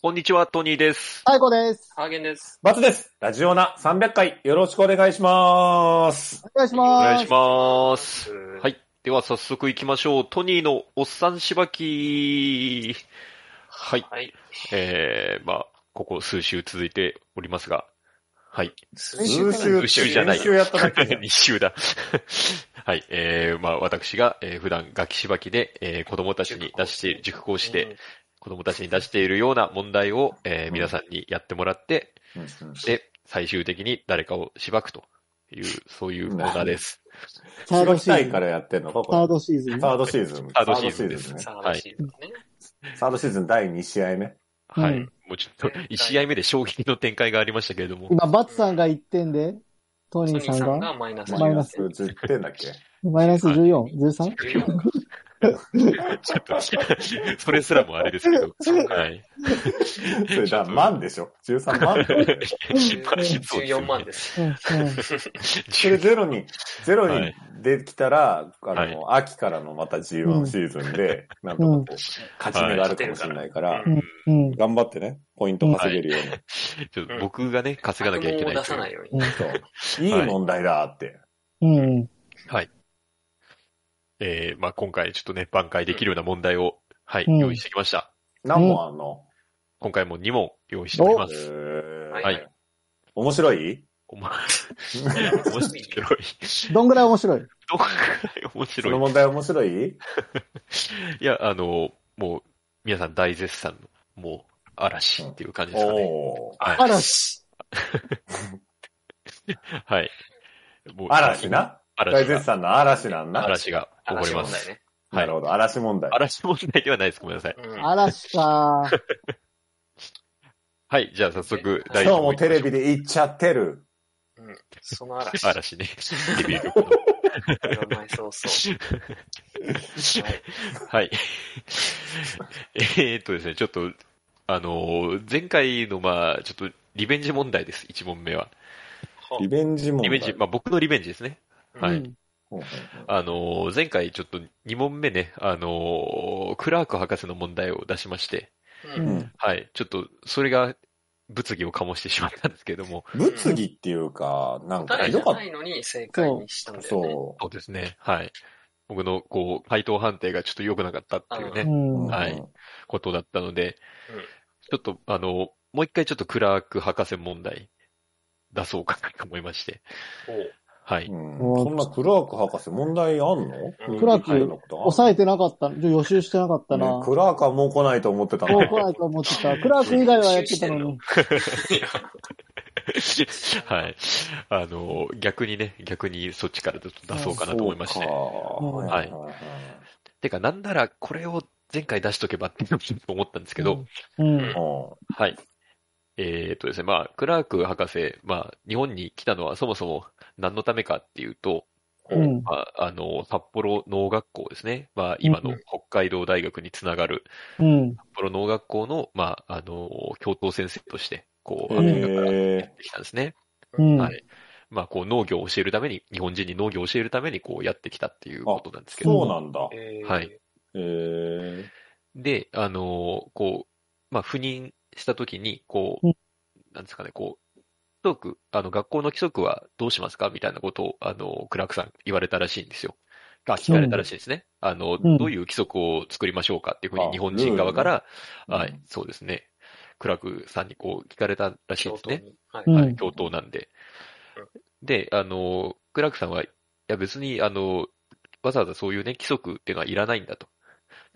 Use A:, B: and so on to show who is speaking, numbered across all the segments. A: こんにちは、トニーです。
B: 最高です。
C: ハーゲンです。
D: バツです。ラジオナ300回よろしくお願いします。
B: お願いし
A: お
B: ます。
A: 願いします。
C: は。
A: はいい。では早速行きましょう。トニーのおっさんしばき。はい。
C: はい。
A: えー、まあ、ここ数週続いておりますが。はい。
B: 練習
D: 数週
A: 練習じゃない
D: 練習やった だけじゃん
A: 2週だ。はい。えー、まあ、私が、えー普段楽器しばきで、えー子供たちに出して、熟考して、子供たちに出しているような問題を、えー
D: うん
A: 皆さんにやってもらって、で、最終的に誰かをしばくという、そういうコーナーです。
B: サードシ
D: 4
B: ー
D: 回
B: ズン。
D: からやってんのかこれ
B: サードシーズン。
D: サードシーズン。
A: サードシーズンです
D: サード
C: さ
D: シー
A: はい
C: あ、話ですね。
D: ね。サードシーズン第2試合目。
A: は
B: う
A: い
B: ん。
A: もうちょっと、1試合目で衝撃の展開がありましたけれども、
B: 今、バツさんが1点で、トニーさ
C: ソニーさ
B: ん
C: ん
B: が
C: がマイナス
B: マイナス
D: 10点だっけ
B: マイナス14、13?
A: ちょっと、 それすらもあれですけど、はい。
D: それじゃあ万でしょ ?13 万
C: 14万です。
B: うん、うん。
D: それゼロに、ゼロ
A: は
D: に
A: い
D: できたら、あの、秋からのまた G1 シーズンで、なんとかこう、勝ち目があるかもしれないから
C: う、ん
B: うん。
D: 頑張ってね、ポイント稼げるように。
A: ちょっと僕がね、稼がなきゃいけない
C: 悪
A: と
C: 名
A: い
C: を
A: う
C: 出さないように。
D: そう。いい問題だって。
B: うん。
A: えー、まあ今回ちょっとね、挽回できるような問題を、はい、
B: うん
A: 用意してきました。
D: 何問あんの
A: 今回も2問用意しております。
D: は
A: はい。
D: 面白い
A: お前、面白い。
B: どんぐらい面白い
A: どんくらい面
D: その
A: 白い。
D: 問題面白い
A: いや、あの、もう、皆さん大絶賛の、もう、嵐っていう感じですかね。
D: おー
A: はい
B: 嵐。
A: はい。もう
D: 嵐な大
A: 嵐
D: 絶
A: が、
D: 賛の嵐なんな。
A: 嵐が起こ
C: 話
A: り
C: 問
A: ま
C: 題
A: す。
C: ね。
D: なるほど、嵐問題。
A: 嵐問題ではないです。ごめんなさい。
C: うん
B: 嵐か。
A: はい。じゃあ早速、
C: はい
A: 第一
D: 今日
A: 問
D: も
A: いきま
D: テ
A: しょう
D: レビで言っちゃってる。
C: その嵐。
A: 嵐ね。デビュー曲の
C: 名前そうそう。
A: は
C: はい
A: い。 えーっとですね、ちょっと、あのー前回の、まあちょっと、リベンジ問題です、1問目は。
D: リベンジ問
A: リ
D: 題。
A: ベンジ、まあ僕のリベンジですね。はい
B: うん
D: うんうん
A: あのー前回ちょっと2問目ね、あのークラーク博士の問題を出しまして、
C: う
B: うん
C: ん。
A: はい、ちょっと、それが、物議を醸してしまったんですけれども、
D: うん物議っていうか、なんか
C: 答えじ
D: ひど
C: ゃ
D: かっ
C: ないのに正解にしたん
D: た。
C: だよね。
D: そ
A: そうですね、はい。僕の、こう、回答判定がちょっと良くなかったっていうね
B: う、
D: う。
B: ん。
A: はい
D: うん
A: ことだったので
C: うん、
A: ちょっと、あの、もう一回ちょっとクラーク博士問題出そうかなと思いまして。はい。
D: うんそんなクラーク博士問題あんの
C: うん
B: クラーク
D: クラーク
B: 抑えてなかった。じゃあ予習してなかったな。も
D: クラークはもう来ないと思ってた
B: う
D: の。
B: 来ないと思ってた。クラーク以外はやってたのに。
C: いや
A: はい。あの、逆にね、逆にそっちからちょっと出そうかなと思いまし
D: そ
A: て
B: う
D: う。
B: ん
D: かはいはいはい
A: てか、なんならこれを前回出しとけばっていうのもちょっと思ったんですけど、
B: うん。
D: う
A: はい。えーっとですね、まあ、クラーク博士、まあ、日本に来たのはそもそも何のためかっていうと、
B: うん。
A: まあ、あの、札幌農学校ですね。まあ、今
B: う
A: の北海道大学につながる
B: うん。
A: 札幌農学校の、まあ、あの、教頭先生として、こう、
D: ん
A: アメリカからやっ
D: へ
A: てきたんですね。
B: うん。
A: はいまあ、こう、農業を教えるために、日本人に農業を教えるために、こう、やってきたっていうことなんです
D: ー
A: けど。
D: そうなんだ。
C: えー
A: はい。
D: へー
A: で、あの、こう、まあ、赴任したときに、こ
B: う
A: う、なんですかね、こう、規則、あの、学校の規則はどうしますかみたいなことを、あの、クラークさん言われたらしいんですよ。あ、聞かれたらしいですね。あの、
B: うん
A: どういう規則を作りましょうかっていうふう
D: あ
A: に日本人側から、
D: ルールね
A: は
D: う
A: い
D: ん、
A: そうですね。クラークさんにこう聞かれたらしいで
C: 京
A: す
C: 都
A: ね。
C: に。はい。
B: うん
A: はい、教頭なんで。で、あの、クラークさんは、いや別に、あの、わざわざそういうね、規則っていうのはいらないんだと。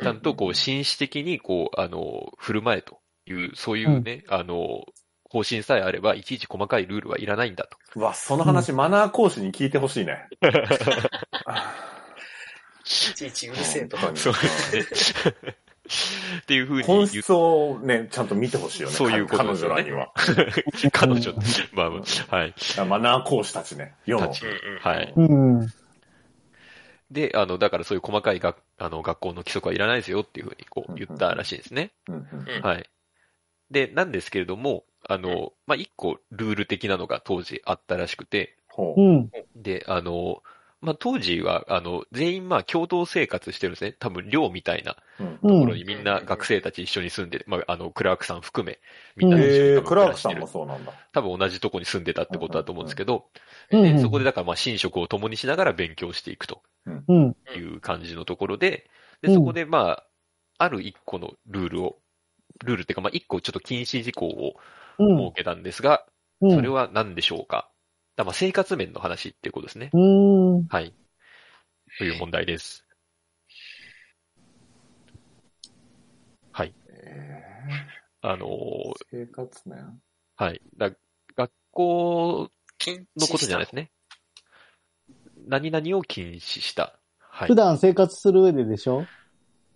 A: ちゃんとこう、紳士的に、こう、あの、振る舞えという、そういうね、あの、方針さえあれば、いちいち細かいルールはいらないんだと。
D: うわ、その話、マナー講師に聞いてほしいね。
C: いちいちうるせえとか。
D: そう
A: ですね。 っていうふうに言
D: 本
A: っ
D: 質をね、ちゃんと見てほしいよね。
A: そういうことで
D: 彼
A: すよ
D: 女
A: ね
D: らには。
A: 彼女、まあまあ、はい、
D: マナー講師たちね。世の
A: た。ち
C: うんうん、
A: はい。
B: うん。
A: で、あの、だからそういう細かい学、あの、学校の規則はいらないですよっていうふうに、こう、言ったらしいんですね。
D: うんうん
C: うん
A: はい。で、なんですけれども、あの、まあ、一個ルール的なのが当時あったらしくて、
D: ほ
B: うん。
A: で、あの、まあ、当時は、あの、全員まあ共同生活してるんですね。多分寮みたいな
D: う
B: う
D: ん
A: ところ
B: ん。
A: にみんな学生たち一緒に住んで、まあ、あの、クラークさん含め、みんなで一緒
D: え
A: に多
D: ー、
A: 分
D: ク
A: 暮
D: ラー
A: ら
D: ク
A: して
D: さん
A: る
D: もそうなんだ。
A: 多分同じとこに住んでたってことだと思うんですけど、
B: うんうん
A: でそこでだからまあ寝食を共にしながら勉強していくと
B: うん。
A: いう感じのところで、
B: う
A: で、
B: ん
A: そこでまあ、ある一個のルールを、ルールっていうかまあ一個ちょっと禁止事項を
B: うん。
A: 設けたんですが、
B: うん。
A: それは何でしょうかだからまあ生活面の話っていうことですね。
B: うーん。
A: はい。という問題です。はい。
D: え
A: あのー
D: ー、生活面
A: はい。だ学校
C: 禁
A: のことじゃない
C: い。
A: ですね。何々を禁止した。はい
B: 普。段生活する上ででしょ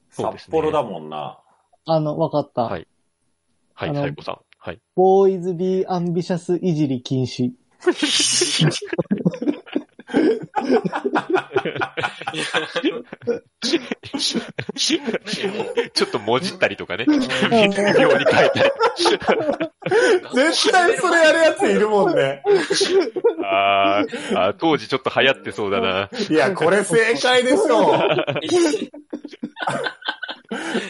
A: そうです
D: 札
A: ね
D: 幌だもんな。
B: あの、わかった。
A: はいは
B: あ
A: い、
B: の
A: サイコさん。はい。
B: ボーイズビーアンビシャスいじり禁止。
A: ちょっともじったりとかね。
B: ん
A: 微妙に書いたり。
D: 絶対それやるやついるもんね。
A: あーあー、当時ちょっと流行ってそうだな。
D: いや、これ正解でしょ。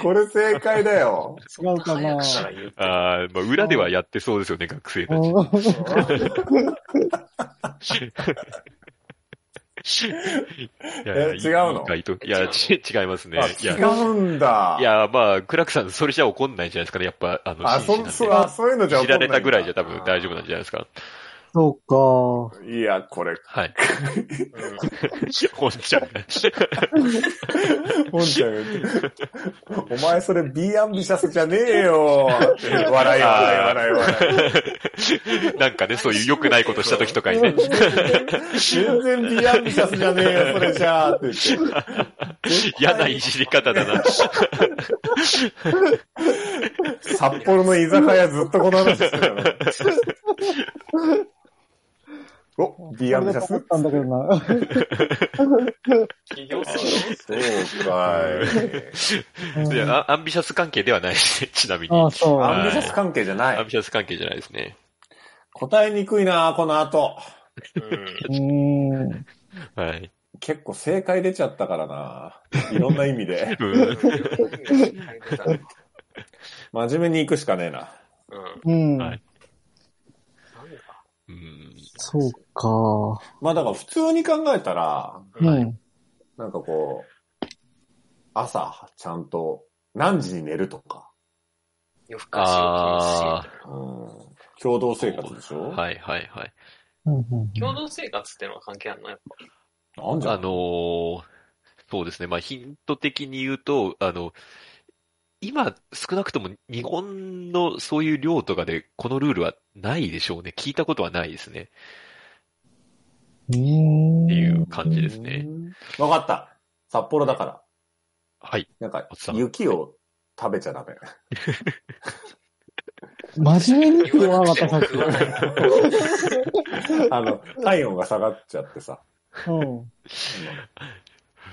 D: これ正解だよ。
B: 違うかな
C: 早くしたら言う
A: あーまあ、裏ではやってそうですよね、学生たち。 い
D: え違うの
A: 意外といや、ち違いますね
D: あ。
A: いや
D: 違、うんだ。
A: いやまあ、クラクさん、それじゃ怒んないんじゃないですかね。やっぱ、あの、
D: あ、
A: 紳士
D: そ
A: なん、で
D: そ、あそういうのじゃ
A: いじられたぐらいじゃ
D: ゃ。
A: 多分大丈夫なんじゃないですか。
B: そうか。
D: いや、これ、
A: はい。
C: うん
A: 本ちゃん。
D: 本ちゃんが言ってお前それ B アンビシャスじゃねえよって笑い笑い笑い笑い。
A: なんかね、そういう良くないことした時とか にね。
D: 全然 B アンビシャスじゃねえよ、それじゃあって言って。
A: 嫌ないじり方だな。
D: 札幌の居酒屋ずっとこの話して たの。お、B アンビシャ
B: それだと思っ
D: ス
B: たんだけどな。
C: 起業す
D: そうか
A: いやあアンビシャス関係ではないです ね、ちなみに。
B: ああ、
A: ア
D: い。
B: そう。
D: アンビシャス関係じゃな
A: ン
D: い。
A: ビシャス関係じゃないですね。
D: 答えにくいなこの後。
C: るのうん
B: うーん。
A: はい。
D: 結構正解出ちゃったからないろんな意味で。
A: うん
D: 真面目に行くしかねえな。
C: うん
B: うん。
A: はい
C: なんだ
A: うん
B: そうか。
D: まあだから普通に考えたら、
B: うん。
D: なんかこう、朝、ちゃんと、何時に寝るとか、
C: 夜更かしを
A: あ
C: 禁
D: うん、共同生活でしょ
A: あ、はいはいはい。
B: うんうん
C: 止。共同生活ってのは関係あるのやっぱ。
D: なんじゃ
A: あ
D: ん
A: のーそうですね。まあ、ヒント的に言うと、あの、今、少なくとも日本のそういう量とかで、このルールはないでしょうね。聞いたことはないですね。
B: うーん
A: っていう感じですね。
D: わかった。札幌だから。
A: はい。
D: なんか
A: おっさ、ん
D: 雪を食べち ゃダメ。
B: 真面目に言わなかった、さっき。
C: 言わなくても食わない
D: あの、体温が下がっちゃってさ。
B: うん。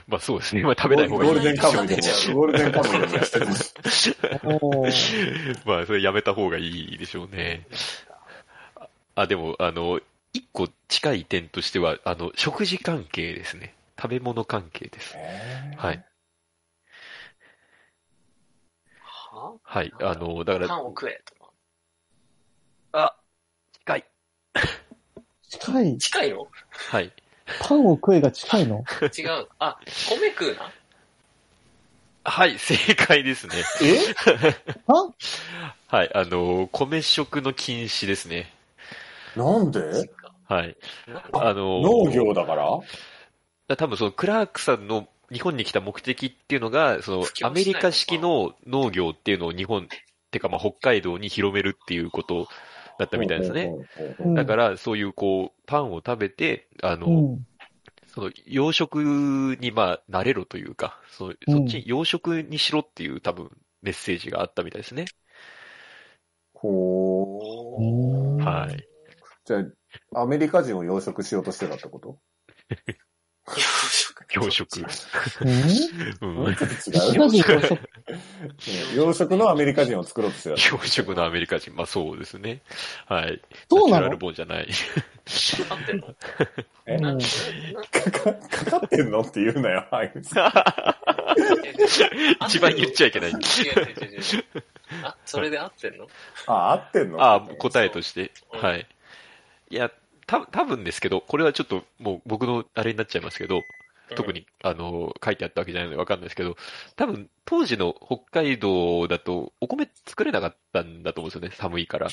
A: まあそうですね。まあ食べない方がいい
D: ゴールデンカムイ
C: 食べ
D: で
C: ちゃ
D: も、
C: う
D: ゴールデンカムイでもやってるし。
B: おー
A: まあ、それやめた方がいいでしょうね。あ、でも、あの、一個近い点としては、あの、食事関係ですね。食べ物関係です。 はい。
C: は
A: はい。あの、だから、
C: パンを食えとか。
A: あ、近い。
B: 近い。
C: 近いの
A: はい。
B: パンを食えが近いの
C: 違う。あ、米食うな。
A: はい、正解ですね。
D: え
B: あ
A: はい。あの、米食の禁止ですね。
D: なんで
A: はい。
C: なんか
A: あの、
D: 農業だから
A: だ多分そのクラークさんの日本に来た目的っていうのが、その
C: 布教
A: アメリカ式
C: しな
A: の農業っていうのを日本、てかまあ北海道に広めるっていうことだったみたいですね。
B: うん
A: だからそういうこう、パンを食べて、あの、
B: うん。
A: その養殖にまあ慣れろというか、そのそっちに養殖にしろっていう多分メッセージがあったみたいですね。
D: ほ
B: うーん
D: う。
A: はい。
D: じゃあ、アメリカ人を養殖しようとしてたってこと
C: 養殖食。
A: 教職。
B: うん
A: うん。
D: ちょっと違う。
B: 同じ養殖
D: 養殖のアメリカ人を作ろうとしてた。
A: 教職のアメリカ人。まあそうですね。はい。
B: そう
A: ナチュラ
B: な
A: ル
B: の
A: ボーンじゃない。
C: あってんの
D: え
B: うん
D: かか、かかってんのって言うなよ、あいつ。
A: 一番言っちゃいけない
C: 違う違う違う違うあ、それで合ってんの
D: あ、合ってんの
A: ああ、答えとして。
C: うん
A: はい。いや、た多分ですけど、これはちょっともう僕のあれになっちゃいますけど、特に、あの、書いてあったわけじゃないのでわかんないですけど、多分、当時の北海道だと、お米作れなかったんだと思うんですよね、寒いから。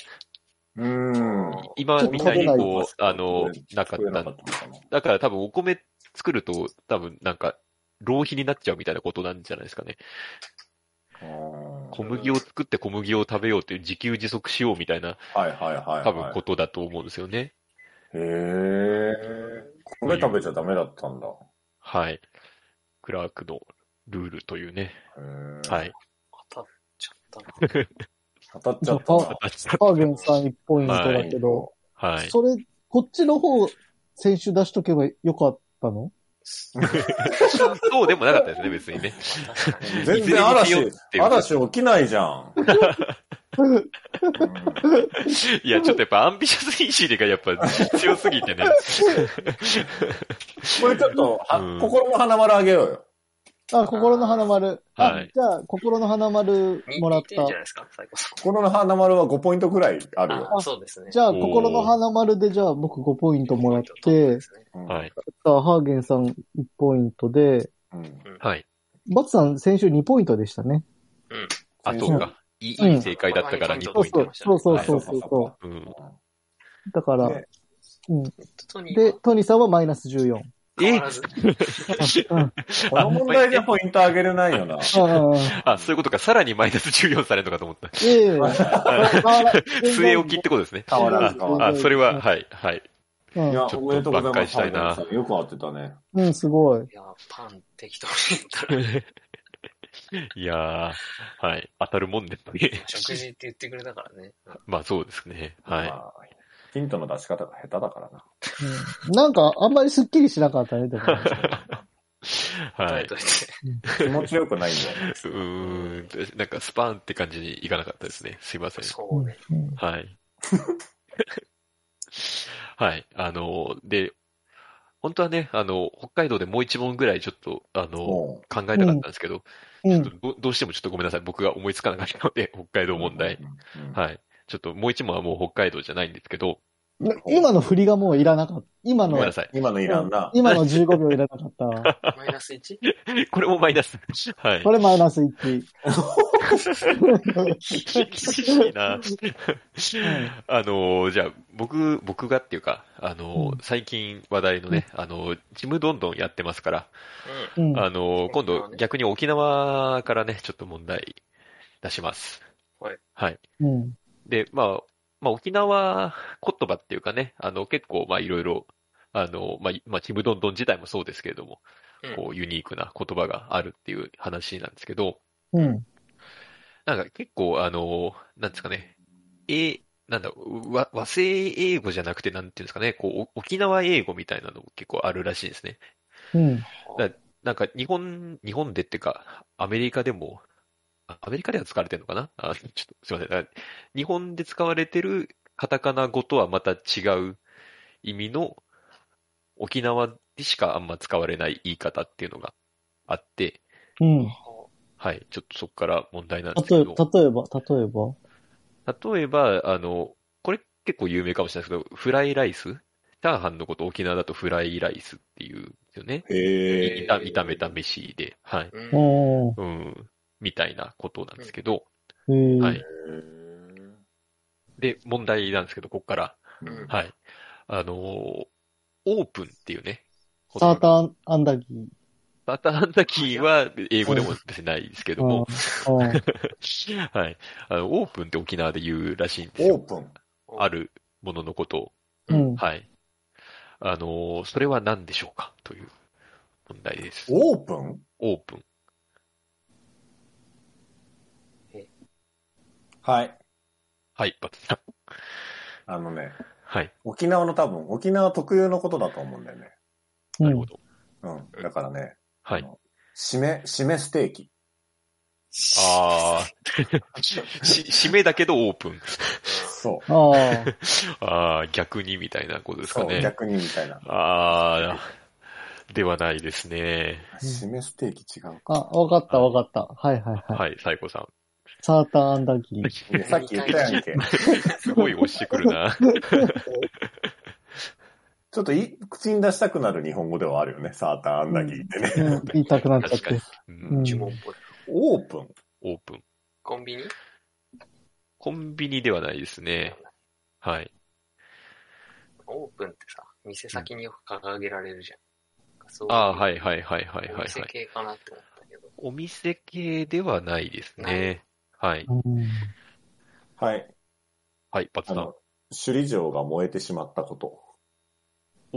D: うーん。
A: 今
B: ちょっと
A: みたいに
B: 食べ
A: こう、あの、なか
D: 食え
A: った
D: なんかったのかな。
A: だから多分お米作ると、多分なんか、浪費になっちゃうみたいなことなんじゃないですかね。
D: うーん
A: 小麦を作って小麦を食べようっていう自給自足しようみたいな、
D: はいはいはいはい。
A: 多分ことだと思うんですよね。
D: へえ。米食べちゃダメだったんだ。
A: はい。クラークのルールというね。
D: へー
A: はい。。
C: 当たっちゃったな。
D: 当たっちゃったな。
B: ハーゲンさん1ポイントだけど、
A: はい。
B: それ、こっちの方、先週出しとけばよかった の
A: そうでもなかったですね、別にね。
C: 確かに。
D: 全然嵐
A: いずれにせよって、いう
D: 嵐起きないじゃん。うん
A: いや、ちょっとやっぱアンビシャスイシリがやっぱ強すぎてね。
D: これちょっと、
A: う
D: は
A: ん
D: 心の花丸あげようよ。
B: あ、心の花丸。
A: は
B: あ
A: い、
B: じゃあ、心の花丸もらっ
C: 似てんじ
B: た。
C: ゃないですか最高さ
D: 心の花丸は5ポイントくらいあるよ。
C: ん。あ、そうですね。
B: じ
C: ゃ
B: ゃあ、心の花丸で、じゃあ、僕5ポイントもらって、
D: うん
A: はい。
B: さあ、ハーゲンさん1ポイントで、
D: うん
A: はい。
B: バツさん先週2ポイントでしたね。
A: あ、そうか。いいいい正解だったから2
B: そ
A: ポ
B: う
A: イン
B: そ
A: ト
B: う。そうそうそう
D: はい
B: そう。
A: うん。
B: だから、
D: ね
B: で、トニーさんはマイナス14。
C: え
A: え
D: この問題じゃポイントあげれないよな。
B: あ
A: あ、そういうことか。さらにマイナス14されるのかと思った。
B: あ、ええ。
A: 据え置きってことですね。
D: 変わらず変わら
A: あ、
B: うん
A: それは、はい、はい。
B: う
D: ず。い
B: ん
D: や、
A: ちょっと
D: おめでとうござ
A: 挽
D: いま
A: 回
D: す。
A: したいな
D: よく当てたね。
B: うん、すごい。
C: いや、パン適当に言ったら、
A: いやー、はい。当たるもんですね。
C: 食事って言ってくれたからね。
A: まあそうですね。は
D: まあヒントの出し方が下手だからな。
B: うんなんか、あんまりスッキリしなかったね、でも。
A: い。は
C: 答え
A: い。
C: といて。
D: 気持ちよくない んだよ。
A: うーん。なんかスパーンって感じにいかなかったですね。すいません。
C: そうね。
B: うん
A: はい。 はい。あの、で、本当はね、あの、北海道でもう一問ぐらいちょっと、あの、
D: も
A: 考えたかったんですけど、
B: う
A: ちょ
B: ん
A: っ。とどどうしてもちょっとごめんなさい。僕が思いつかなかったので、北海
D: う
A: 道問題。。
D: い。
A: はい。ちょっともう一問はもう北海道じゃないんですけど、
B: 今の振りがもういらなかった。今
A: ご
B: の
A: めん、なさい。
D: 今のいらんな。
B: 今の15秒いらなか った。
C: マイナス 1?
A: これもマイナス。はい。
B: これマイナス1。
A: 厳しいな。あの、じゃあ、僕、僕がっていうか、あの、
B: うん
A: 最近話題のね、あの、ちむどんどんやってますから、
B: うん。
A: あの、今
C: 沖縄
A: 度
C: ね
A: 逆に沖縄からね、ちょっと問題出します。
C: はい。
A: はい。
B: うん。
A: で、まあ、まあ、沖縄言葉っていうかね、あの、結構、まあ、いろいろ、あの、まあ、いまあ、ちむどんどん自体もそうですけれども、
C: うん
A: こう、ユニークな言葉があるっていう話なんですけど、
B: うん。
A: なんか結構、あの、なんですかね、え、なんだ、和和製英語じゃなくて、なんていうんですかね、こう、お沖縄英語みたいなのも結構あるらしいですね。
B: うん。
A: なんか日本、日本でってか、アメリカでも、あアメリカでは使われてるのかなあ、ち ょっとすいません。あ日本で使われてるカタカナ語とはまた違う意味の沖縄でしかあんま使われない言い方っていうのがあって、
B: うん。
A: はい、ちょっとそこから問題なんです
B: 例
A: け
B: え例え
A: ど。
B: ば、例えば。
A: 例えば、あの、これ結構有名かもしれないですけど、フライライスチャーハンのこと沖縄だとフライライスっていうんですよね。
D: へえ。
C: えー
A: 炒炒めた飯で、はい。
C: うん。
B: おー
A: うん。みたいなことなんですけど、
B: へー
A: はいで、問題なんですけど、ここから。
C: うん
A: はい。あのーオープンっていうね。
B: サータ
A: ー。
B: ーアンダギー。
A: サーターアンダキーは英語でも別にないですけども、
B: うんうん
A: はい。あの、オープンって沖縄で言うらしいんです
D: オー
A: よ。
D: プン。
A: あるもののことを。
B: うん
A: はい。あのーそれは何でしょうかという問題です。
D: オープン
A: オープン。
D: はい。
A: はい、バツさん。
D: あのね、
A: はい。
D: 沖縄の多分、沖縄特有のことだと思うんだよね。
B: う
A: なんるほど。
D: うん。だからね、
A: はい。
D: 締め、締めステーキ。
A: ああ、し、締めだけどオープン。
D: そ
B: ああ。
A: ああ、逆にみたいなこと
D: う。
A: です
D: そ
A: か
D: う、
A: ね。
D: 逆にみたいな。
A: ああ、ではないですね。
D: 締めステーキ違 う
B: あ、
D: か。
B: わかったわかった。はいはいはい。
A: はい、サイコさん。
B: サーターアンダギー。
D: いやさっき言ったやんけ。
A: すごい押してくるな。
D: ちょっとい口に出したくなる日本語ではあるよね。サーターアンダギーってね。
B: うん、言いたくなっちゃっ
A: 確か
B: て
A: に。。うん
B: うん
C: 注文っぽい。
D: オープン。
A: オープン。
C: コンビニ
A: コンビニではないですね。はい。
C: オープンってさ、店先によく掲げられるじゃん。そう
A: ああ、
C: い
A: はいはいはいはいうはい、は
C: お店
A: い。
C: 系かなって思ったけど。
A: お店系ではないですね。はい。
B: うん
D: はい。
A: はい、バツ
D: あ
A: さん。
D: の、首里城が燃えてしまったこと。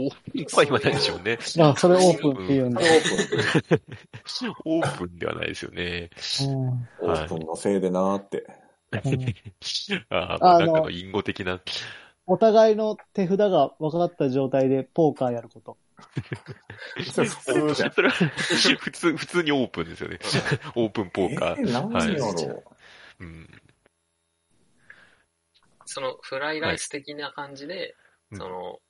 A: オープンは今ないでしょうね。
B: あ、それオープンって言うん
D: オ
B: だ。
D: ープン。
A: オープンではないですよね。
B: うん
D: オープンのせいでなーって。
B: うん
A: ああ、
B: あの
A: なんかの隠語的な。
B: お互いの手札が分かった状態でポーカーやること。
D: それ普通じゃ ん。
A: それは、普通、普通にオープンですよね。オープンポーカ
D: え
A: ー。
D: ー、何時やろ
A: うん。
C: そのフライライス的な感じで、
A: うん
C: その、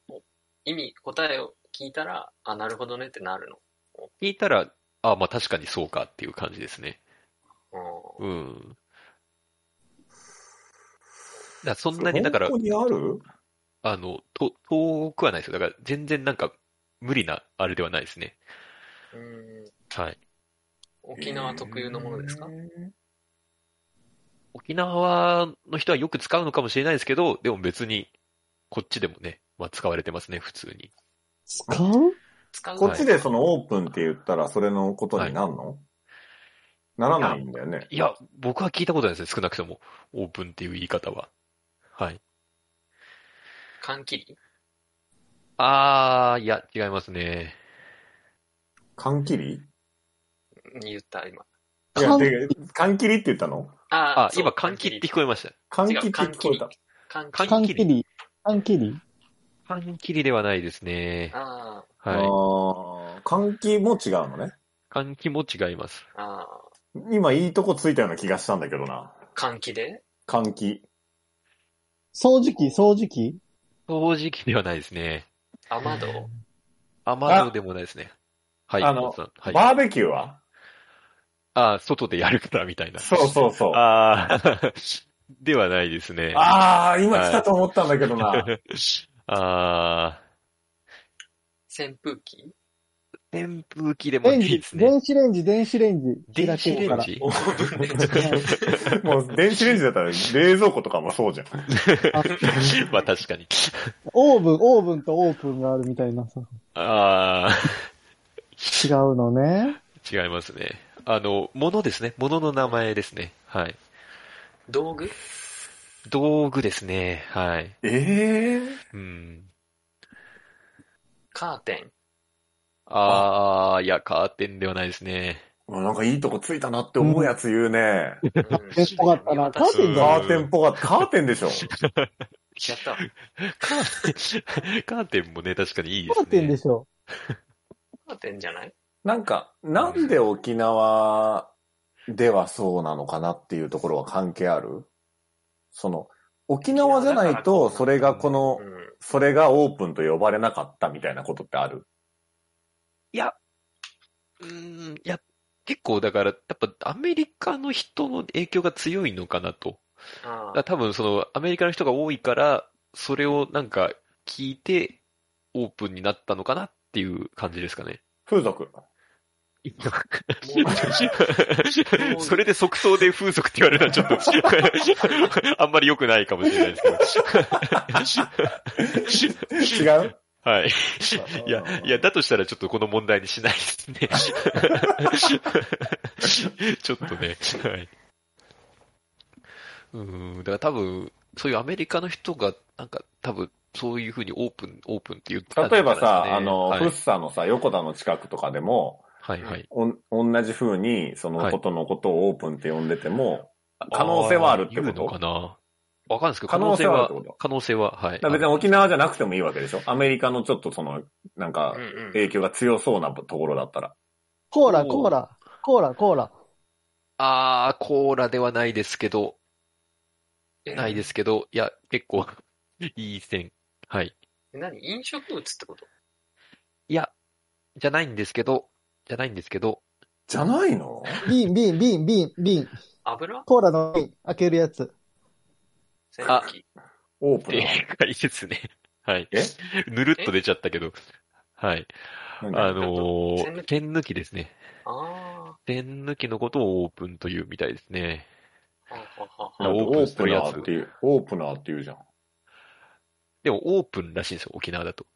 C: 意味、答えを聞いたら、あ、なるほどねってなる
A: 聞いたら、ああ、まあ確かにそうかっていう感じですね。
C: の。うん
A: うん。だそん
D: う
A: なに、だから
D: こ、こにある
A: あの、と、遠くはないですよ。だから、全然なんか、無理な、あれではないですね。
C: うん
A: はい。
C: 沖縄特有のものですか、
D: え
A: 沖縄の人はよく使うのかもしれないですけど、でも別に、こっちでもね、まあ使われてますね、普通に。
B: 使う
C: 使う
D: ーこっちでそのオープンって言ったら、それのことになんの、ならないんだよね。
A: いや、僕は聞いたことないですね、少なくとも。オープンっていう言い方は。はい。
C: 缶切り
A: あー、いや、違いますね。
D: 缶切り
C: 言った、今。
D: いや、
B: 缶
D: で、缶切りって言ったの
C: あ
A: あ、今、缶切りって聞こえました。
D: 缶切りって聞こえた。
C: 缶切
A: 缶
C: り。
B: 缶切り缶切り
A: 缶切りではないですね。
C: あ
D: あ
A: はい。
D: ー缶切りも違うのね。
A: 缶切も違います。
C: あ、ああ、
D: 今いいとこついたような気がしたんだけどな。
C: 換気で
D: 換気。
B: 掃除機掃除機
A: 掃除機ではないですね。
C: 雨戸
A: 雨戸でもないですね。はい、
D: あの
A: 松さんはい。
D: バーベキューは
A: あー外でやるからみたいな。
D: そうそうそう。あ
A: ああ、 ではないですね。
D: あー、今来たと思ったんだけどな。
A: あ
C: 扇風機
A: ー、扇風機でもな
B: レ
A: い
B: ン
A: で
B: ジ、
A: すね。
B: 電子レンジ、電子レンジ。
A: 電子レン
B: 開け
A: ジ
C: オーブンレン ジ
D: もう電子レンジだったら冷蔵庫とかもそうじゃん。
B: るからあ
A: まあ確かに。
B: オーブン、オーブンとオープンがあるみたいなさ。
A: あ
B: 違うのね。
A: ー、違いますね。あの、物ですね。物の名前ですね。はい。
C: 道具
A: 道具ですね。はい。
D: ええ
A: うん。
C: カーテン
A: あー、いや、カーテンではないですね。
D: もうなんかいいとこついたなって思うやつ言うね。
C: うん
B: えっぽかったな。カーテンだ。
D: カーテンっぽかった。カーテンでしょ。
C: やったわ。
A: カーテン、カーテンもね、確かにいいです
B: カ
A: ね。
B: ーテンでしょ。
C: カーテンじゃない
D: なんか、なんで沖縄ではそうなのかなっていうところは関係あるその、沖縄じゃないと、それがこの
C: う、ん。
D: それがオープンと呼ばれなかったみたいなことってある
A: うーん、いや、結構だから、やっぱアメリカの人の影響が強いのかなと。だ
C: あ
A: から
C: あ、
A: 多分そのアメリカの人が多いから、それをなんか聞いてオープンになったのかなっていう感じですかね。
D: 風俗。
C: う
A: それで即答で風俗って言われるのはちょっと 、あんまり良くないかもしれないですけど。
D: 違う
A: はい。いや、いや、だとしたらちょっとこの問題にしないです ね。ちょっとね、はい。うーん、だから多分、そういうアメリカの人が、なんか多分、そういうふうにオープン、オープンって言ったんじ
D: 例え
A: ゃないです
D: ば
A: か
D: さ、
A: ね
D: あの、
A: はい
D: フッサのさ、横田の近くとかでも、
A: はいはい。
D: おん同じ風に、そ
A: は
D: の
A: い
D: ことのことをオープンって呼んでても、可能性はあるってこ
A: 言
D: と
A: うのかなわかんないですけど、
D: 可
A: 可
D: 能
A: 能
D: 性
A: 性
D: はあるっ
A: は
D: てこと、
A: 可能性は、はい。
D: だから別に沖縄じゃなくてもいいわけでしょアメリカのちょっとその、なんか
C: う、んうん。
D: 影響が強そうなところだったら。
B: コーラ、
A: おー
B: コーラ、コーラ、コーラ。
A: あー、コーラではないですけど、
C: え
A: ないですけど、いや、結構、いい線。はい。
C: え何飲食物ってこと
A: いや、じゃないんですけど、じゃないんですけど、
D: じゃないの
B: 瓶、瓶、瓶、瓶、瓶。
C: 油
B: コーラの瓶、開けるやつ。
C: 洗濯機
D: オープン
A: でか いですね。 はい。
D: え
A: ぬるっと出ちゃったけど、はい。
D: な。
A: あ
D: なんか
A: のー、剣抜きですね。
C: あ
A: 剣抜きのことをオープンというみたいですね。
C: あ。ははは
A: あ
D: オ
A: オープン
D: ー
A: す
D: プ
A: る
D: ナ
A: やつ
D: ーっていう、オープナーっていうじゃん。
A: でもオープンらしいんですよ、沖縄だと。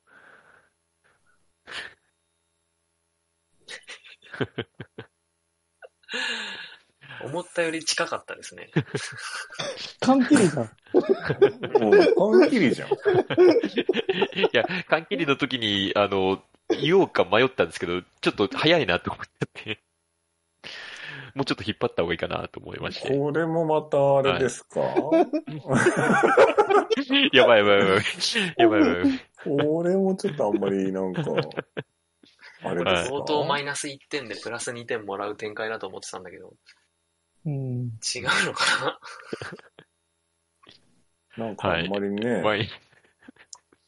C: 思ったより近かっ たですね。
B: 缶切りじゃん。
D: もう、缶切りじゃん。
A: いや、缶切りの時に、あの、言おうか迷ったんですけど、ちょっと早いなと思っちゃって。 もうちょっと引っ張った方がいいかなと思いまして。
D: これもまたあれですか、
A: やばいやばいやばい。やばいやばいやばい。
D: これもちょっとあんまりな んか、あれですか
C: 相当マイナス1点でプラス2点もらう展開だと思ってたんだけど、
B: うん。
C: 違うのかな
D: なんかあんまりね、
A: マイ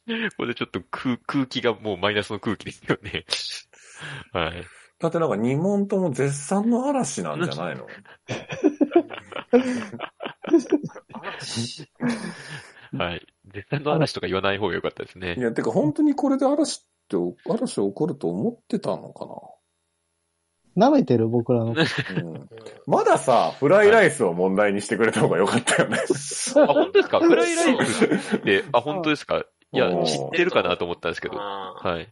A: これちょっと空空気がもうマイナスの空気ですよね。はい。
D: だってなんか2問とも絶賛の嵐なんじゃない の
C: 嵐
A: はい。絶対の嵐とか言わない方が良かったです
D: い
A: ね。
D: や、てか本当にこれで嵐って、嵐起こると思ってたのか
B: 舐めてる僕らの。
D: な、うん、
C: うん
D: まださ、フライライスを問題にしてくれた方が良かったよね。
A: あ、本当ですかフライライス
C: そう
A: って、あ、本当ですかいや
D: お、ー
A: 知ってるかなと思ったんですけど。
C: あー
A: はい。い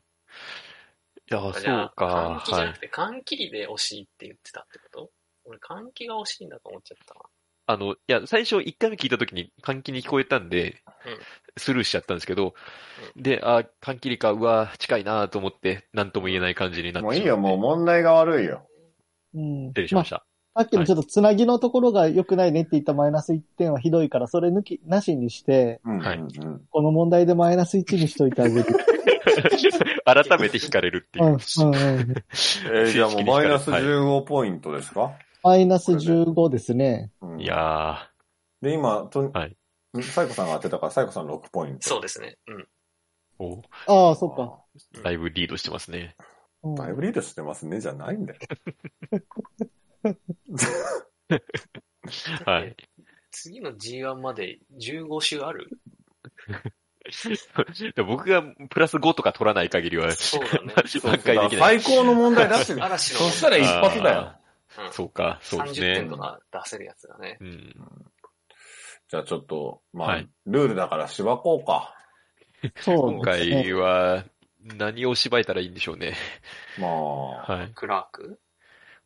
A: や、そう
C: じゃあ
A: か。
C: 換気じゃ
A: は
C: ないく。て、換気で惜しいって言ってたってこと俺、換気が惜しいんだと思っちゃったな。
A: あの、いや、最初一回目聞いた時に換気に聞こえたんで
C: うん、
A: スルーしちゃったんですけど、で、あ、換気りか、うわ、近いなと思って、なんとも言えない感じになってしまって。
D: う問題が悪いよ。
B: うん
A: 失。礼し
B: ま
A: ま
B: あ
A: し、た。
B: さっきのちょっとつなぎのところが良くないねって言ったマイナス1点はひどいから、それ抜き、なしにして、
D: うん、
A: はい
D: うん。
B: この問題でマイナス1にしといてあげ る。
A: 改めて惹かれるって
B: う
A: い
B: ん、
A: う。
B: うん、うん。
D: えーじゃあもうマイナス
A: 正式に惹かれる
D: 15ポイントですか、
B: マイナス15ですね。
D: う
A: は
D: ん
A: いい。や
D: で、今、と、
A: はい
D: んサイコさんが当てたから、サイコさん6ポイント。
C: そうですね。うん。
A: ー、お
B: ああ、そっか。
A: だいぶリードしてますね。
B: うん
D: だいぶリードしてますね、じゃないんだよ。
A: はい。
C: 次の G1 まで15週 ある
A: でも僕がプラス5とか取らない限りは、
C: そうだね。
A: 挽回できない。
D: 最高の問題出 してる。
C: 嵐の
D: そしたら一発だよ。
C: うん
A: そうか、そうです
C: 30
A: ね
C: 点と。か出せるやつだね。
A: うん。
D: じゃあちょっと、まあ、
A: はい
D: ルールだからしばこうか。
B: そう
A: 今
B: ですね。
A: 回は、何を縛いたらいいんでしょうね。
D: まあ、
A: はい。
C: クラーク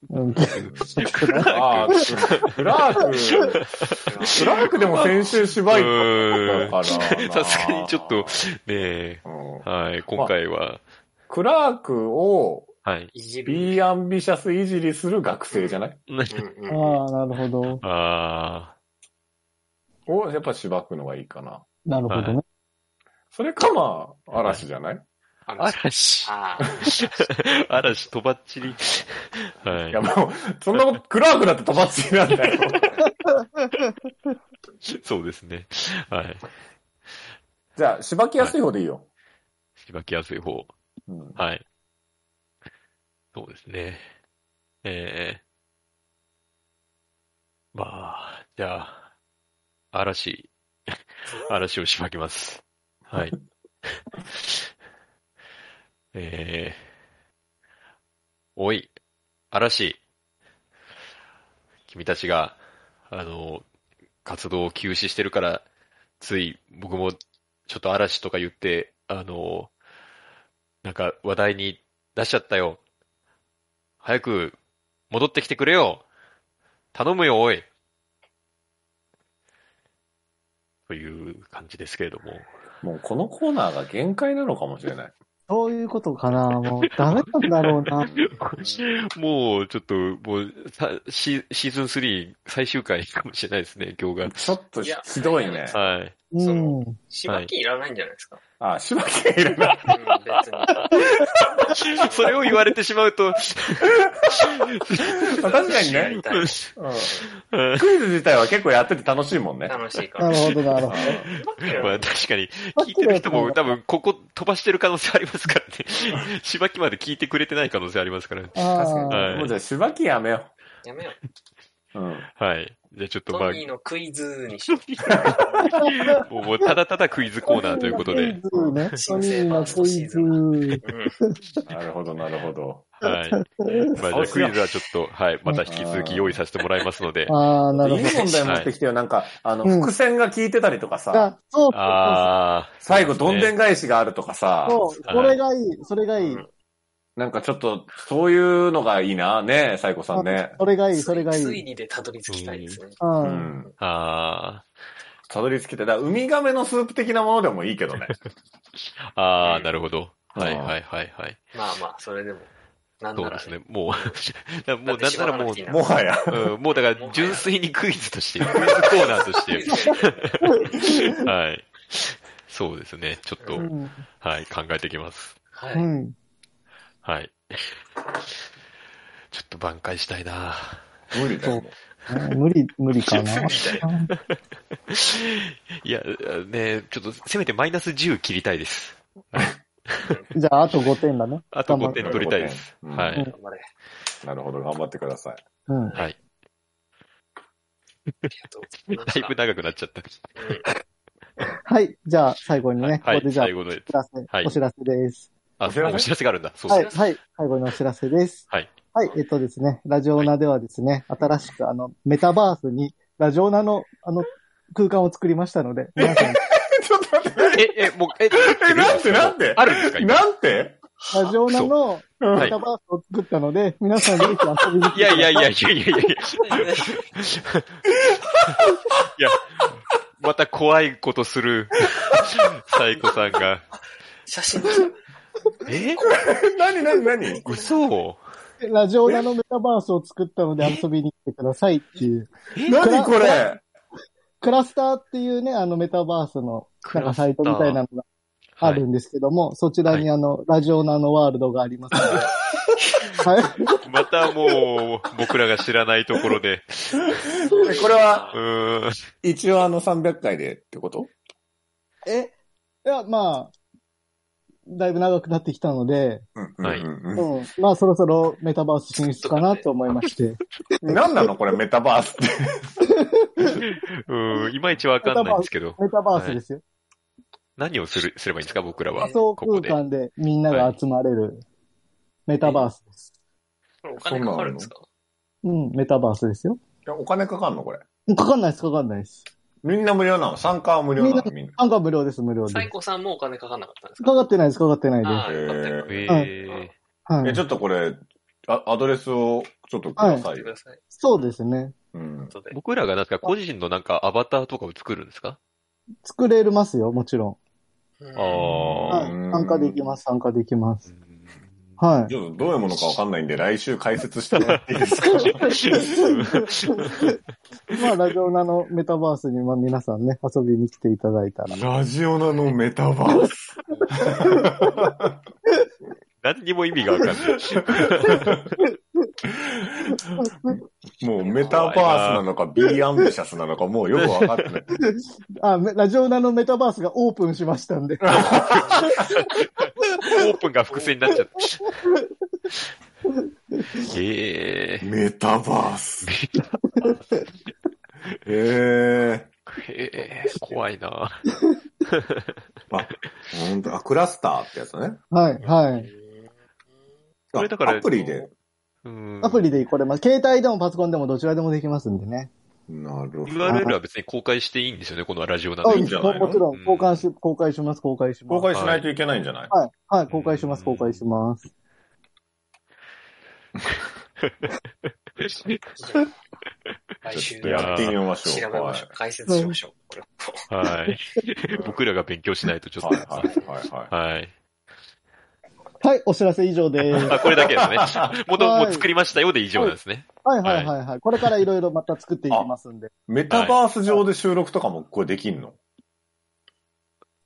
B: うん
D: あークラーク、
C: クラ
D: ク
C: ー
D: ラークでも先週しばいたからな。
A: さすがにちょっとねえ、
D: うん
A: はい、今回は、
D: クラークを
A: はい。
C: いじる。
D: ビーアンビシャスいじりする学生じゃない
C: うんうんうん
B: ああ、なるほど。
A: あ
D: をやっぱしばくのがいいかな。
B: なるほどね。
D: それかまあ、嵐じゃない
A: ー、嵐。
C: ああ、
A: 嵐、とばっちり。はい
D: いや、もう、そんなこと、クラークだって飛ばっちりなんだよ。
A: い。そうですね。はい。
D: じゃあ、しばきやすい方でいいよ。
A: 縛きやすい方。
D: うん
A: はい。そうですね。ええまあ、じゃあ、嵐、嵐をしばきます。はい。 ええおい、嵐、君たちが、あの、活動を休止してるから、つい僕もちょっと嵐とか言って、あの、なんか話題に出しちゃったよ。早く戻ってきてくれよ。頼むよ、おい。という感じですけれども。
D: もうこのコーナーが限界なのかもしれない。
B: そういうことかな。もうダメなんだろうな。
A: もう、ちょっと、もう、さシシーズン3最終回かもしれないですね、今日
D: ちょっとひひどいね
A: が。。はい。
B: う
C: そ
B: ん
C: の。しばきいらないんじゃないですか。
D: あ、しばきがいるな。
C: うん、別に。
A: それを言われてしまう と、
D: 確かに
C: やり
D: ね。
C: たい
D: うんクイズ自体は結構やってて楽しいもんね。
C: 楽しいか
B: な
C: ら。
B: るほど、なるほど。
A: まあ確かに、聞いてる人も多分ここ飛ばしてる可能性あります からね。しばきまで聞いてくれてない可能性ありますからね。
D: 確
B: あ
D: か
B: あ。
A: はい
D: に。もうじゃあ、しばきやめよ
C: やめよう。
D: う。うん。
A: はい。じゃあちょっとま
C: ト
A: あ
C: ミーのクイズにしよ
A: もう、もうただただクイズコーナーということ で。
B: トミーのクイズね。トミーのクイズ。
C: う。うん。
D: なるほど、なるほど。
A: はい。まあじゃあクイズはちょっと、はい。また引き続き用意させてもらいますので。
B: ああ、なる
D: いい
B: ほど。
D: 問題持ってきてよ。なんか、あの、
B: うん
D: 伏線が効いてたりとかさ、
B: あ、そうそう
A: ああ。
D: 最後、どんで
A: ん。
D: ん返しがあるとかさ、
B: そう。そう、それがいい、それがいい。
D: なんかちょっと、そういうのがいいな、ね、サイコさんね。
B: それがいい、それがい
C: 推
B: い。
C: 理でたどり着きたいですね。
B: う。
D: うんん。
A: あ
D: たどり着けて、だからウミガメのスープ的なものでもいいけどね。
A: あ。ああ、なるほど。はいはいはいはい。
C: まあまあ、それでも。なん
A: そ
C: な
A: うで
C: ら
A: す
C: ね。
A: ね。もう、 もうなんならもう、
D: もはや。
A: うんもうだから純粋にクイズと して、クイズコーナーとして、はい。そうですね。ちょっ
B: う
A: と、
B: ん。
A: はい、考えていきます。
C: は
B: う
C: い。
B: ん。
A: はい。ちょっと挽回したいな
D: 無理だよ。
B: 無理、無理かな。
A: いや、ねちょっと、せめてマイナス10切りたいです。
B: じゃあ、あと5点だね。
A: あと5点取りたいです。
D: うん
A: は
B: う
A: い
B: ん。
C: 頑張れ。あ
D: なるほど、頑張ってください。
B: うん。
A: はい。
C: りがとう。なんか
A: だいぶ長くなっちゃった。
C: うん
B: はい。じゃあ、最後にね、こ
A: は
B: こ
A: い、
B: でじゃあ、
A: 最後のや
B: お知らせ、
A: はい
B: お知らせです。
A: あ、そうお知らせがあるんだ。そう
B: は
A: そ
B: い、
A: う。
B: はい。最後にお知らせです。
A: はい。
B: はい、えっとですね、ラジオーナではですね、新しくあの、メタバースに、ラジオーナの、あの、空間を作りましたので、皆さん、
D: ちょっと待って、
A: え、え、もう、え、
D: えなんでなんで
A: あるんですか今。
D: なんて
B: ラジオーナの
D: はい
B: メタバースを作ったので、皆さんぜひ遊びに来
A: い
B: て
A: やいやいやいやいやいや。いや、また怖いことする、サイコさんが。
C: 写真
A: え
D: 何何何
A: 嘘
B: ラジオーナのメタバースを作ったので遊びに来てくださいっていう、
D: 何これ
B: クラスターっていうね、あのメタバースの、なんかサイトみたいなのがあるんですけども、そちらにあの、ラジオーナのワールドがありますので、はい。
A: またもう、僕らが知らないところで。
D: えこれは、
A: うーん。
D: 一応あの300回でってこと
B: え、いや、まあ、だいぶ長くなってきたので、
D: うん
A: はい
D: うんうんうん
B: うん。まあ、そろそろメタバース進出かなと思いまして。
D: 何なのこれメタバースって。
A: うーん。いまいちわかんないんですけど。
B: メタバースですよ。
A: 何をする、すればいいんですか僕らは。
B: 仮
A: ここ
B: 想
A: で。
B: 空間でみんなが集まれるメタバースです。
C: お金かかるんですか
B: うん、メタバースですよ。
D: いやお金かかんのこれ。
B: かかんないです、かかんないです。
D: みんな無料なの参加は無料なのみんな。
B: 参加無料です、無料です。
C: サイ
B: か
C: コさんもお金かかんなかったんですか
B: かってないです、かかってないです。
C: ああ、よかったよかっ
A: えー、
C: うん
B: は
D: え、
B: い
D: ち。ょっとこれ、あアドレスをちょっとくだ
C: た。
D: さ
C: 見て
D: い
C: く
D: よ。
C: ださい。
B: そうですね。
D: うん。
C: 後で。
A: 僕らがなんか個人のなんかアバターとかを作るんですか
B: 作れますよ、もちろ
C: うん
A: ああー
B: ん。はい。参加できます、参加できま
A: う
B: す。
A: ん
B: は
D: ちょっとどういうものかわかんないんで、来週解説してもらっていいですか
B: い。まあ、ラジオナのメタバースに、まあ、皆さんね、遊びに来ていただいたら。
D: ラジオナのメタバ ース。
A: 何にも意味がわかんない。
D: もうメタバースなのか、ビーアンビシャスなのか、もうよくわかってない。
B: あ、めラジオナのメタバースがオープンしましたんで。
A: オープンが伏線になっちゃった。ええ
D: メタバース。ええ
A: ええ怖いな
D: あ、ほんと、あ、クラスターってやつね。
B: はい、はい。
A: これだから
D: あアプリで。
A: うん
B: アプリでこれます。携帯でもパソコンでもどちらでもできますんでね。
D: なるほど。
A: URL は別に公開していいんですよね、このラジオな
B: あ
A: ん
D: いい
A: で
D: ん。じゃないの
B: もちろん、
A: うん
B: 交換し、公開します、公開します。
D: 公開しないといけないんじゃない、
B: はい、はい、公開します、公開します。
C: 来週
A: いや
D: やってみましょ
C: 調
D: う。
C: べましょう。解説しましょう。これ
A: はい。僕らが勉強しないとちょっと。
D: はいはいはいはいはい。
A: はい。
B: はい、お知らせ以上です。
A: あ、これだけ ですね。もともと作りましたよで以上なんですね。
B: はいはいはいはい。これからいろいろまた作っていきますんで。
D: メタバース上で収録とかもこれできんの、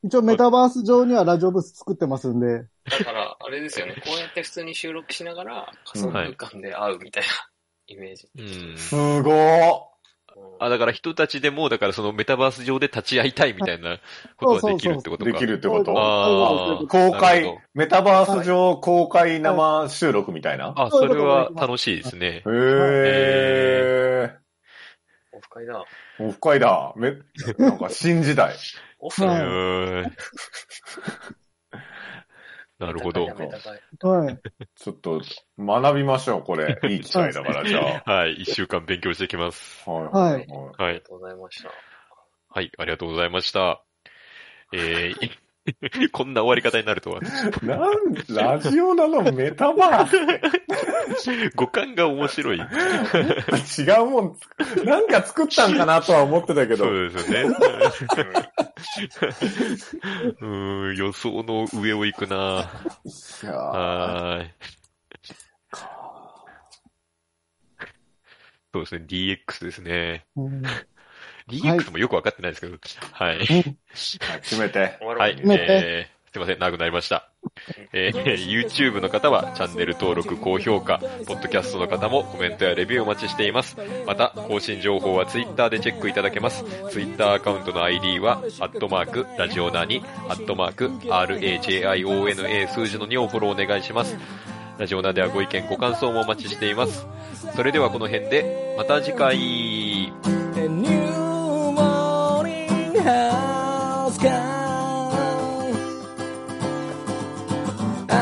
B: 一応メタバース上にはラジオブース作ってますんで。
C: だから、あれですよね。こうやって普通に収録しながら、仮想空間で会うみたいなイメージ。
A: うん。
D: すごー
A: あ、だから人たちでも、だからそのメタバース上で立ち会いたいみたいなことができるってことか。
D: できるって
B: そういうこ
D: こ
B: とと
A: あー
D: 公
A: なるほ
D: 開
A: ど、
D: メタバース上公開生収録みたいな、
A: あ、
B: そう
A: そう
B: いこ
A: れ
B: とが
A: は
B: できます
A: 楽しいですね。
D: へー。
C: オフ会だ。
D: オフ会だ。め、なんか新時代。
C: オフ
A: う
B: い
C: だ。
A: ーん。なるほど。
C: 高い高い
B: はい。
D: ちょっと学びましょう、これ。いい機会だから、じゃあ。
A: はい、一週間勉強してきます。
D: は
B: は
D: い。
B: い
D: は
A: は
C: あり
A: い
C: が。とうございました。
A: はい、ありがとうございました。えー、い こんな終わり方になるとは。
D: い。なん、ラジオなのメタバ
A: 五感が面白い。
D: ース違うもん、なんか作ったんかなとは思ってたけど
A: そ。うですよね。うーん、予想の上を行くない
D: やー
A: はーい。そうですね、DX ですね。
B: うんはい
A: DX もよくわかってないですけど。はい。
D: 決めて。
C: 終わろう
A: はい、
B: ね
A: えー、すいません、長くなりました。えー、YouTube の方はチャンネル登録、高評価、ポッドキャストの方もコメントやレビューお待ちしています。また、更新情報は Twitter でチェックいただけます。Twitter アカウントの ID は、アットマーク、ラジオナーに、アットマーク、RAJIONA 数字の2をフォローお願いします。ラジオナーではご意見、ご感想もお待ちしています。それではこの辺で、また次回。
E: A new morning has come